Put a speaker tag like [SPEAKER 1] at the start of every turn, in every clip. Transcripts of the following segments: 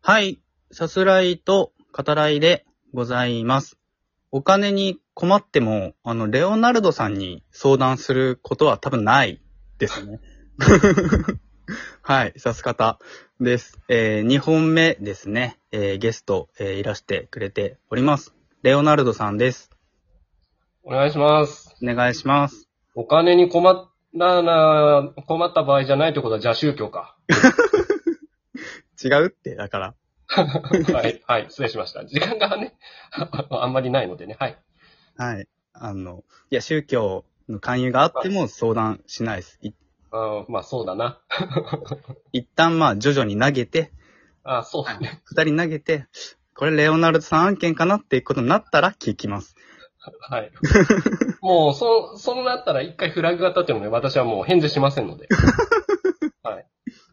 [SPEAKER 1] はい。さすらいと語らいでございます。お金に困っても、あの、レオナルドさんに相談することは多分ないですね。 はい。さす方です。え2本目ですね。えーゲスト、えーいらしてくれております。レオナルドさんです。
[SPEAKER 2] お願いします。
[SPEAKER 1] お願いします。
[SPEAKER 2] お金に困らな、困った場合じゃないってことは、じゃあ宗教か。
[SPEAKER 1] 違うって、だから。
[SPEAKER 2] はい、はい、失礼しました。時間がね、 あんまりないのでね、はい。
[SPEAKER 1] はい。あの、いや、宗教の勧誘があっても相談しないです。い
[SPEAKER 2] あーまあ、そうだな。
[SPEAKER 1] 一旦、まあ、徐々に投げて、
[SPEAKER 2] あーそうだね。
[SPEAKER 1] 二人投げて、これレオナルドさん案件かなっていうことになったら聞きます。
[SPEAKER 2] はい。もう、そ、そうなったら一回フラグが立ってもね、私はもう返事しませんので。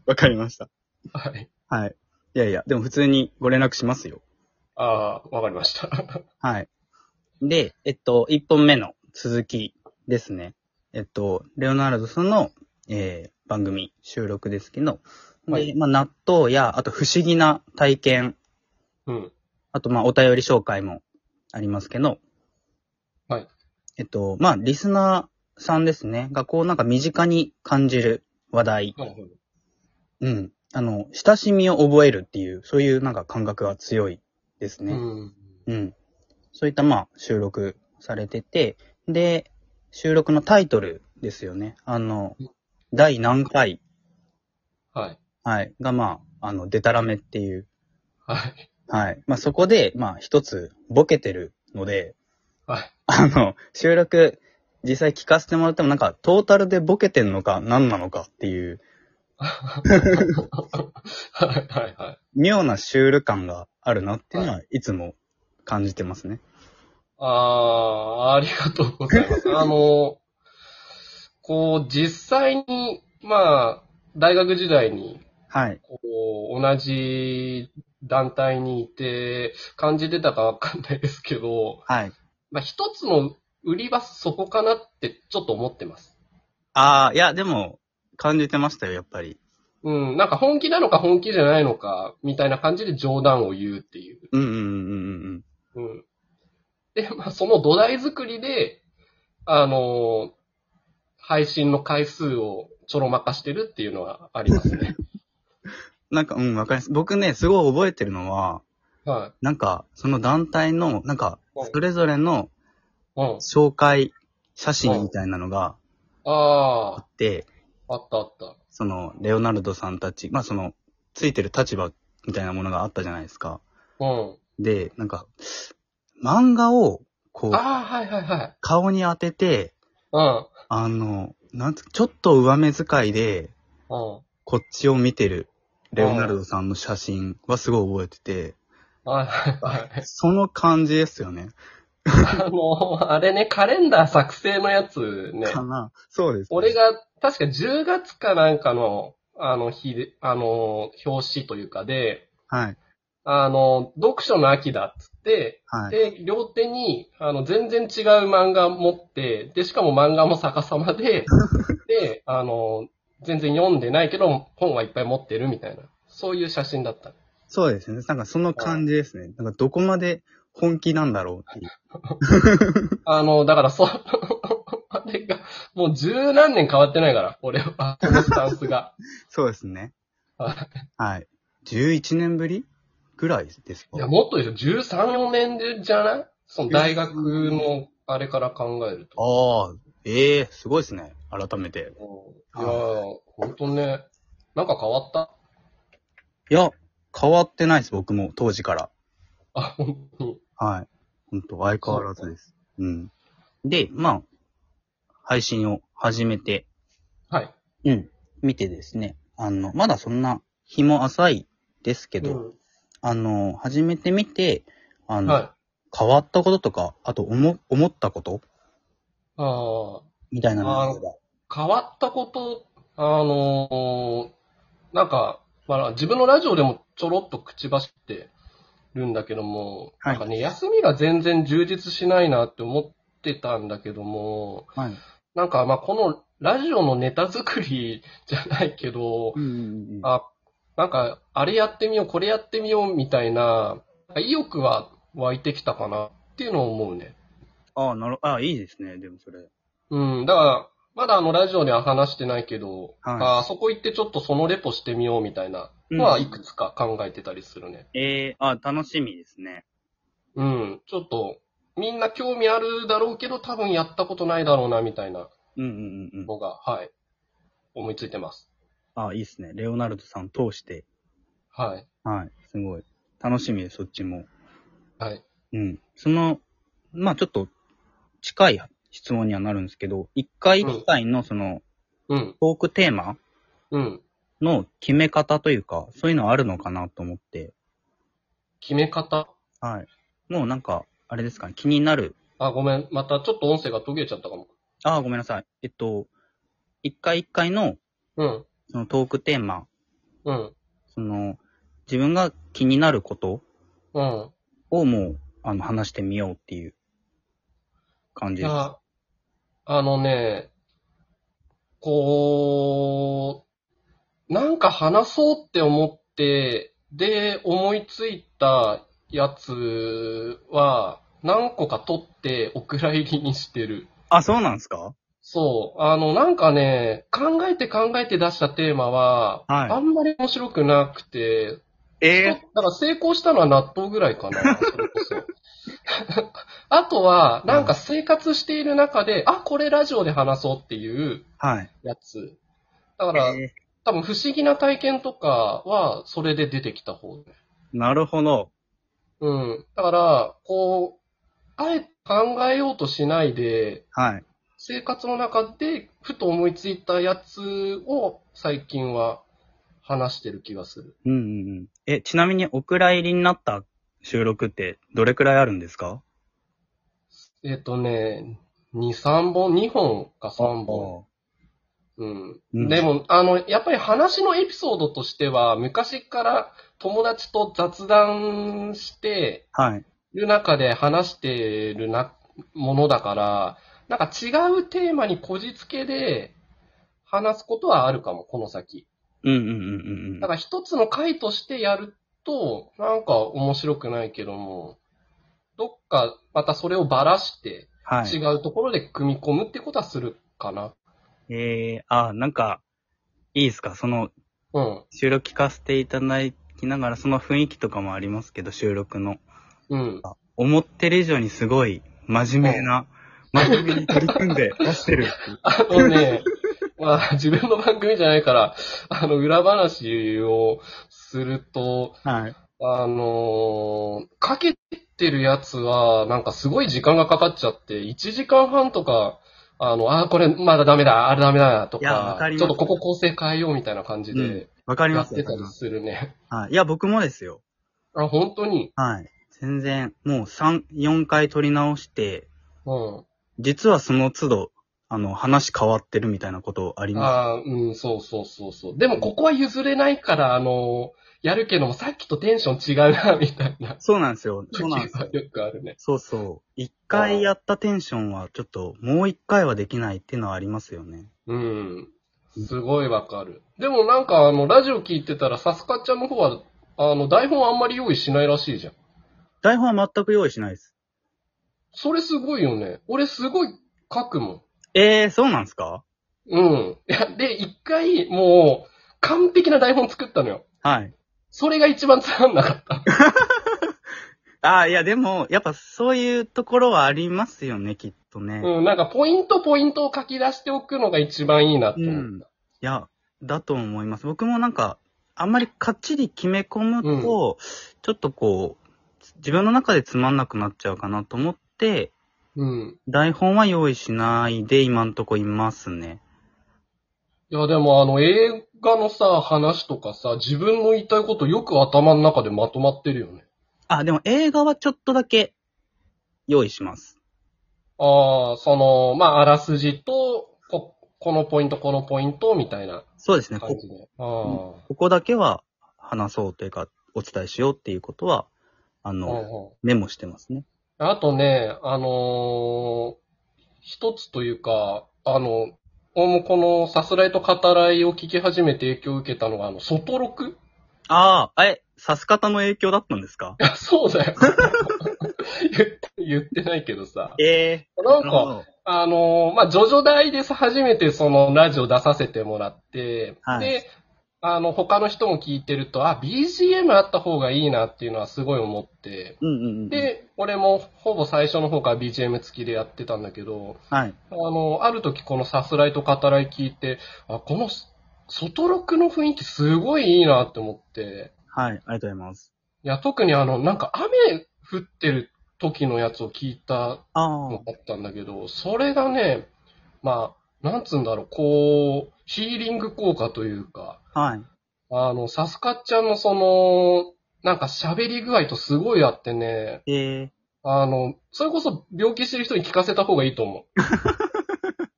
[SPEAKER 1] わかりました。
[SPEAKER 2] はい。
[SPEAKER 1] はい。いやいや、でも普通にご連絡しますよ。
[SPEAKER 2] ああ、わかりました。
[SPEAKER 1] はい。で、えっと、一本目の続きですね。えっと、レオナルドさんの、えー番組、収録ですけど、で、
[SPEAKER 2] はい
[SPEAKER 1] まあ、納豆や、あと不思議な体験、
[SPEAKER 2] うん。
[SPEAKER 1] あと、まあ、お便り紹介もありますけど、
[SPEAKER 2] はい。
[SPEAKER 1] えっと、まあ、リスナーさんですね、がこう、なんか身近に感じる話題
[SPEAKER 2] なるほど
[SPEAKER 1] うん。あの、親しみを覚えるっていう、そういうなんか感覚が強いです
[SPEAKER 2] う
[SPEAKER 1] ね。
[SPEAKER 2] ん。
[SPEAKER 1] うん。そういったまあ収録されてて、で、収録のタイトルですよね。あの
[SPEAKER 2] うん、
[SPEAKER 1] 第何回、
[SPEAKER 2] はい。
[SPEAKER 1] はい、がまあ、あの、デタラメっていう、
[SPEAKER 2] はい。
[SPEAKER 1] はい。まあそこで、まあ一つボケてるので、
[SPEAKER 2] はい。
[SPEAKER 1] あの、収録実際聞かせてもらってもなんかトータルでボケてんのか何なのかっていう、
[SPEAKER 2] はい。はい。はい。
[SPEAKER 1] 妙なシュール感があるなっていうのはいつも感じてますね。
[SPEAKER 2] ああー、ありがとうございます。あの、こう、実際に、まあ、大学時代に、
[SPEAKER 1] はい。
[SPEAKER 2] こう、同じ団体にいて、感じてたかわかんないですけど、
[SPEAKER 1] はい。
[SPEAKER 2] まあ、一つの売りはそこかなってちょっと思ってます。
[SPEAKER 1] ああ、いや、でも、感じてましたよ、やっぱり。
[SPEAKER 2] うん、なんか本気なのか本気じゃないのか、みたいな感じで冗談を言うっていう。
[SPEAKER 1] うんうんうんうん
[SPEAKER 2] うん。で、まあ、その土台作りで、あのー配信の回数をちょろまかしてるっていうのはあります ね。
[SPEAKER 1] うん。なんか、うん、わかります。僕ね、すごい覚えてるのは、
[SPEAKER 2] は
[SPEAKER 1] なんか、その団体の、なんか
[SPEAKER 2] はい、
[SPEAKER 1] それぞれの
[SPEAKER 2] い。うん。
[SPEAKER 1] 紹介写真みたいなのがあ
[SPEAKER 2] あ
[SPEAKER 1] って、
[SPEAKER 2] あ、あったあった。
[SPEAKER 1] その、レオナルドさんたち、まあその、ついてる立場みたいなものがあったじゃないですか。
[SPEAKER 2] うん。
[SPEAKER 1] で、なんか、漫画を、こう、
[SPEAKER 2] ああ、はいはいはい。
[SPEAKER 1] 顔に当てて、
[SPEAKER 2] うん。
[SPEAKER 1] あの、なんつ、ちょっと上目遣いで、
[SPEAKER 2] うん。
[SPEAKER 1] こっちを見てるレオナルドさんの写真はすごい覚えてて、
[SPEAKER 2] はいはいはい。
[SPEAKER 1] その感じですよね。
[SPEAKER 2] あのーあれね、カレンダー作成のやつね。
[SPEAKER 1] かな。そうです。
[SPEAKER 2] 俺が、確か10月かなんかの、あの、日で、あのー、表紙というかで、
[SPEAKER 1] はい。
[SPEAKER 2] あのー、読書の秋だっつって、
[SPEAKER 1] はい。
[SPEAKER 2] で、両手に、あの、全然違う漫画持って、で、しかも漫画も逆さ まで、で、あの、全然読んでないけど、本はいっぱい持ってるみたいな、そういう写真だった。
[SPEAKER 1] そうですね。なんかその感じですね。なんかどこまで本気なんだろうっていう。
[SPEAKER 2] あの、 だから、そう、あれが、もう十何年変わってないから、俺は、このスタンス が。
[SPEAKER 1] そうですね。
[SPEAKER 2] はい
[SPEAKER 1] はい。11年ぶりぐらいですか
[SPEAKER 2] いや、もっとでしょ、13、4年でじゃないその大学の、あれから考えると。
[SPEAKER 1] ああ、ええすごいですね。改めて。
[SPEAKER 2] うんいやー、ほんとね、なんか変わった。
[SPEAKER 1] いや、変わってないです、僕も、当時から。
[SPEAKER 2] あ、ほんとに。
[SPEAKER 1] はい。本当相変わらずです。うん。で、まあ、配信を始めて、
[SPEAKER 2] はい。
[SPEAKER 1] うん。見てですね。あの、まだそんな日も浅いですけど、
[SPEAKER 2] う
[SPEAKER 1] あの、始めてみて、あ
[SPEAKER 2] ん
[SPEAKER 1] の、
[SPEAKER 2] はい。
[SPEAKER 1] 変わったこととか、あと思、思ったこと
[SPEAKER 2] ああ、
[SPEAKER 1] みたいなのがあれば
[SPEAKER 2] 変わったこと、あのーなんか、まあ、自分のラジオでもちょろっと口走ってるんだけども、
[SPEAKER 1] はい
[SPEAKER 2] なんかね、休みが全然充実しないなって思ってたんだけども、
[SPEAKER 1] はい。
[SPEAKER 2] なんか、まあ、このラジオのネタ作りじゃないけど、
[SPEAKER 1] うんうんうん。
[SPEAKER 2] あなんか、あれやってみよう、これやってみようみたいな、意欲は湧いてきたかなっていうのを思うね。
[SPEAKER 1] ああ、なる、ああ、いいですね、でもそれ。
[SPEAKER 2] うん、だから、まだあのラジオでは話してないけど、
[SPEAKER 1] はい
[SPEAKER 2] あそこ行ってちょっとそのレポしてみようみたいな、
[SPEAKER 1] うん
[SPEAKER 2] まあ、いくつか考えてたりするね。
[SPEAKER 1] ええああ、楽しみですね。
[SPEAKER 2] うん、ちょっと、みんな興味あるだろうけど、多分やったことないだろうな、みたいな
[SPEAKER 1] うんうんうんうん。
[SPEAKER 2] のが、はい、思いついてます。
[SPEAKER 1] ああ、いいですね。レオナルドさん通して。
[SPEAKER 2] はい。
[SPEAKER 1] はい、すごい。楽しみです、そっちも。
[SPEAKER 2] はい。
[SPEAKER 1] うん。その、まあちょっと、近い質問にはなるんですけど、一回一回のその、
[SPEAKER 2] うん、
[SPEAKER 1] トークテーマ
[SPEAKER 2] うん。
[SPEAKER 1] の決め方というか、そういうのあるのかなと思って。
[SPEAKER 2] 決め方。
[SPEAKER 1] はい。もうなんか、あれですかね、気になる。
[SPEAKER 2] あ、ごめん。またちょっと音声が途切れちゃったかも。
[SPEAKER 1] ああ、ごめんなさい。えっと、一回一回の、
[SPEAKER 2] うん、
[SPEAKER 1] そのトークテーマ、
[SPEAKER 2] うん、
[SPEAKER 1] その、自分が気になること
[SPEAKER 2] うん。
[SPEAKER 1] をもう、あの、話してみようっていう感
[SPEAKER 2] い
[SPEAKER 1] じです。
[SPEAKER 2] や、あのね、こう、なんか話そうって思って、で、思いついたやつは、何個か取ってお蔵入りにしてる。
[SPEAKER 1] あ、そうなんですか
[SPEAKER 2] そう。あの、なんかね、考えて考えて出したテーマは、
[SPEAKER 1] はい
[SPEAKER 2] あんまり面白くなくて、
[SPEAKER 1] え
[SPEAKER 2] だから成功したのは納豆ぐらいかな、それこそ。 あとは、なんか生活している中で、あ、これラジオで話そうっていう
[SPEAKER 1] はい。
[SPEAKER 2] やつ。だから、
[SPEAKER 1] え
[SPEAKER 2] 多分不思議な体験とかは、それで出てきた方ね。
[SPEAKER 1] ーなるほど。
[SPEAKER 2] うん。だから、こう、あえて考えようとしないで、
[SPEAKER 1] はい。
[SPEAKER 2] 生活の中でふと思いついたやつを最近は話してる気がする。
[SPEAKER 1] うんうんうん。え、ちなみにお蔵入りになった収録ってどれくらいあるんですか
[SPEAKER 2] えっ、とね、2、3本、2本か3本。うん
[SPEAKER 1] うん
[SPEAKER 2] でも、あの、やっぱり話のエピソードとしては、昔から友達と雑談して
[SPEAKER 1] はい。
[SPEAKER 2] る中で話してるな、ものだから、なんか違うテーマにこじつけで話すことはあるかも、この先。
[SPEAKER 1] うんうんうんうんうん
[SPEAKER 2] だ。から一つの回としてやると、なんか面白くないけども、どっかまたそれをばらして、
[SPEAKER 1] は
[SPEAKER 2] 違
[SPEAKER 1] い。
[SPEAKER 2] うところで組み込むってことはするかな。
[SPEAKER 1] えー、あ、なんか、いいですかその
[SPEAKER 2] うん。
[SPEAKER 1] 収録聞かせていただきながら、その雰囲気とかもありますけど、収録の。
[SPEAKER 2] うん。
[SPEAKER 1] 思ってる以上にすごい真面目な、真面目に取り組んで 出してる。
[SPEAKER 2] あのね、 まあ自分の番組じゃないから、あの裏話をすると、
[SPEAKER 1] はい。
[SPEAKER 2] あのーかけてるやつは、なんかすごい時間がかかっちゃって、1時間半とか、あの、あー、これまだダメだ、あれダメだ、と
[SPEAKER 1] いやわ
[SPEAKER 2] か
[SPEAKER 1] かります
[SPEAKER 2] ちょっとここ構成変えようみたいな感じ
[SPEAKER 1] うん
[SPEAKER 2] で、
[SPEAKER 1] わかり
[SPEAKER 2] や
[SPEAKER 1] ま
[SPEAKER 2] っ
[SPEAKER 1] す
[SPEAKER 2] て
[SPEAKER 1] よ
[SPEAKER 2] たりするね。
[SPEAKER 1] はい。いや、僕もですよ。
[SPEAKER 2] あ、本当に。
[SPEAKER 1] はい。全然、もう3、4回撮り直して、
[SPEAKER 2] うん。
[SPEAKER 1] 実はその都度、あの、話変わってるみたいなことありま
[SPEAKER 2] ああ、うん、そうそうそうそう。でもここは譲れないから、あのーやるけども、さっきとテンション違うな、みたいな。
[SPEAKER 1] す。そうなんですよ。そうなんですよ。
[SPEAKER 2] 時が よくあるね。
[SPEAKER 1] そうそう。一回やったテンションは、ちょっと、もう一回はできないっていうのはありますよね。
[SPEAKER 2] うん。すごいわかる。でもなんかあの、ラジオ聞いてたら、サスカちゃんの方は、あの、台本あんまり用意しないらしいじゃん。
[SPEAKER 1] 台本は全く用意しないです。
[SPEAKER 2] それすごいよね。俺すごい書くも
[SPEAKER 1] えー、そうなんですか
[SPEAKER 2] ん。うん。いや、で、一回、もう、完璧な台本作ったのよ。
[SPEAKER 1] はい。
[SPEAKER 2] それが一番つまんなかった。
[SPEAKER 1] ああ、いや、でも、やっぱそういうところはありますよね、きっとね。い
[SPEAKER 2] うん、なんかポイントポイントを書き出しておくのが一番いいなと思った。
[SPEAKER 1] うんや、だと思います。僕もなんか、あんまりかっちり決め込むと、ちょっとこう、自分の中でつまんなくなっちゃうかなと思って、
[SPEAKER 2] うん。
[SPEAKER 1] 台本は用意しないで今んとこいますね。
[SPEAKER 2] いや、でもあの、映画のさ、話とかさ、自分の言いたいことよく頭の中でまとまってるよね。
[SPEAKER 1] あ、でも映画はちょっとだけ用意します。
[SPEAKER 2] ああ、その、まあ、あらすじと、こ、このポイント、このポイント、みたいな
[SPEAKER 1] そうですね。
[SPEAKER 2] 感
[SPEAKER 1] こ
[SPEAKER 2] じで。あ
[SPEAKER 1] ここだけは話そうというか、お伝えしようっていうことは、あ
[SPEAKER 2] あ、
[SPEAKER 1] の、
[SPEAKER 2] うんうん
[SPEAKER 1] メモしてますね。
[SPEAKER 2] あとね、あのー一つというか、あの、俺もこのさすらいと語らいを聞き始めて影響を受けたのが、あの、外録
[SPEAKER 1] ああ、え、刺す方の影響だったんですか
[SPEAKER 2] いやそうだよ。 言って言ってないけどさ。
[SPEAKER 1] ええ
[SPEAKER 2] なん
[SPEAKER 1] なるほ
[SPEAKER 2] か、
[SPEAKER 1] ど
[SPEAKER 2] あのーまあ、ジョジョ大でさ、初めてそのラジオ出させてもらって、
[SPEAKER 1] はい
[SPEAKER 2] で、あの、他の人も聞いてると、あ、BGM あった方がいいなっていうのはすごい思って、
[SPEAKER 1] うんうんうん。
[SPEAKER 2] で、俺もほぼ最初の方から BGM 付きでやってたんだけど、
[SPEAKER 1] はい。
[SPEAKER 2] あの、ある時このさすらいと語らい聞いて、あ、このす外録の雰囲気すごいいいなって思って、
[SPEAKER 1] はい、ありがとうございます。
[SPEAKER 2] いや、特にあの、なんか雨降ってる時のやつを聞いた
[SPEAKER 1] あ
[SPEAKER 2] のだったんだけど、それがね、まあ、なんつうんだろう、こう、ヒーリング効果というか、
[SPEAKER 1] あ、はい。
[SPEAKER 2] あの、サスカッちゃんのその、なんか喋り具合とすごいあってね、
[SPEAKER 1] ええ
[SPEAKER 2] あの、それこそ病気してる人に聞かせた方がいいと 思う。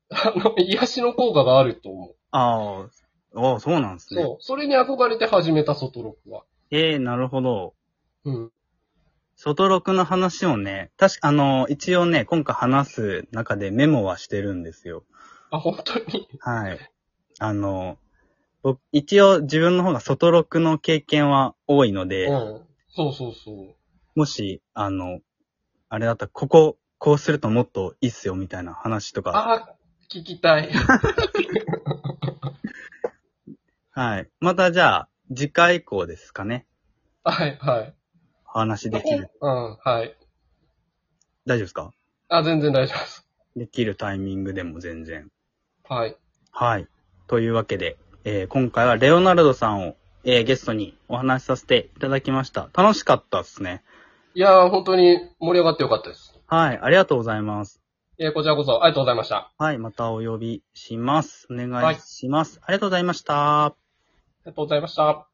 [SPEAKER 2] あの、癒しの効果があると思う。
[SPEAKER 1] ああ、ああ、そうなんですね。
[SPEAKER 2] そう。それに憧れて始めた外録は。
[SPEAKER 1] ええなるほど。
[SPEAKER 2] うん。
[SPEAKER 1] 外録の話をね、確か、あの、一応ね、今回話す中でメモはしてるんですよ。
[SPEAKER 2] あ、本当に。
[SPEAKER 1] はい。あの、僕、一応自分の方が外録の経験は多いので、
[SPEAKER 2] うん。そうそうそう。
[SPEAKER 1] もし、あの、あれだったら、ここ、こうするともっといいっすよ、みたいな話とか。
[SPEAKER 2] あー聞き たい。
[SPEAKER 1] はい。またじゃあ、次回以降ですかね。
[SPEAKER 2] はい、はい。
[SPEAKER 1] お話できる。
[SPEAKER 2] うん、はい。
[SPEAKER 1] 大丈夫ですか
[SPEAKER 2] あ、全然大丈夫です。
[SPEAKER 1] できるタイミングでも全然。
[SPEAKER 2] はい。
[SPEAKER 1] はい。というわけで、えー今回はレオナルドさんを、えーゲストにお話しさせていただきました。楽しかったですね。
[SPEAKER 2] いやー、本当に盛り上がってよかったです。
[SPEAKER 1] はい。ありがとうございます。
[SPEAKER 2] えー、こちらこそありがとうございました。あ
[SPEAKER 1] はい。またお呼びします。お願いします。ありがとうございました。
[SPEAKER 2] りがとうございました。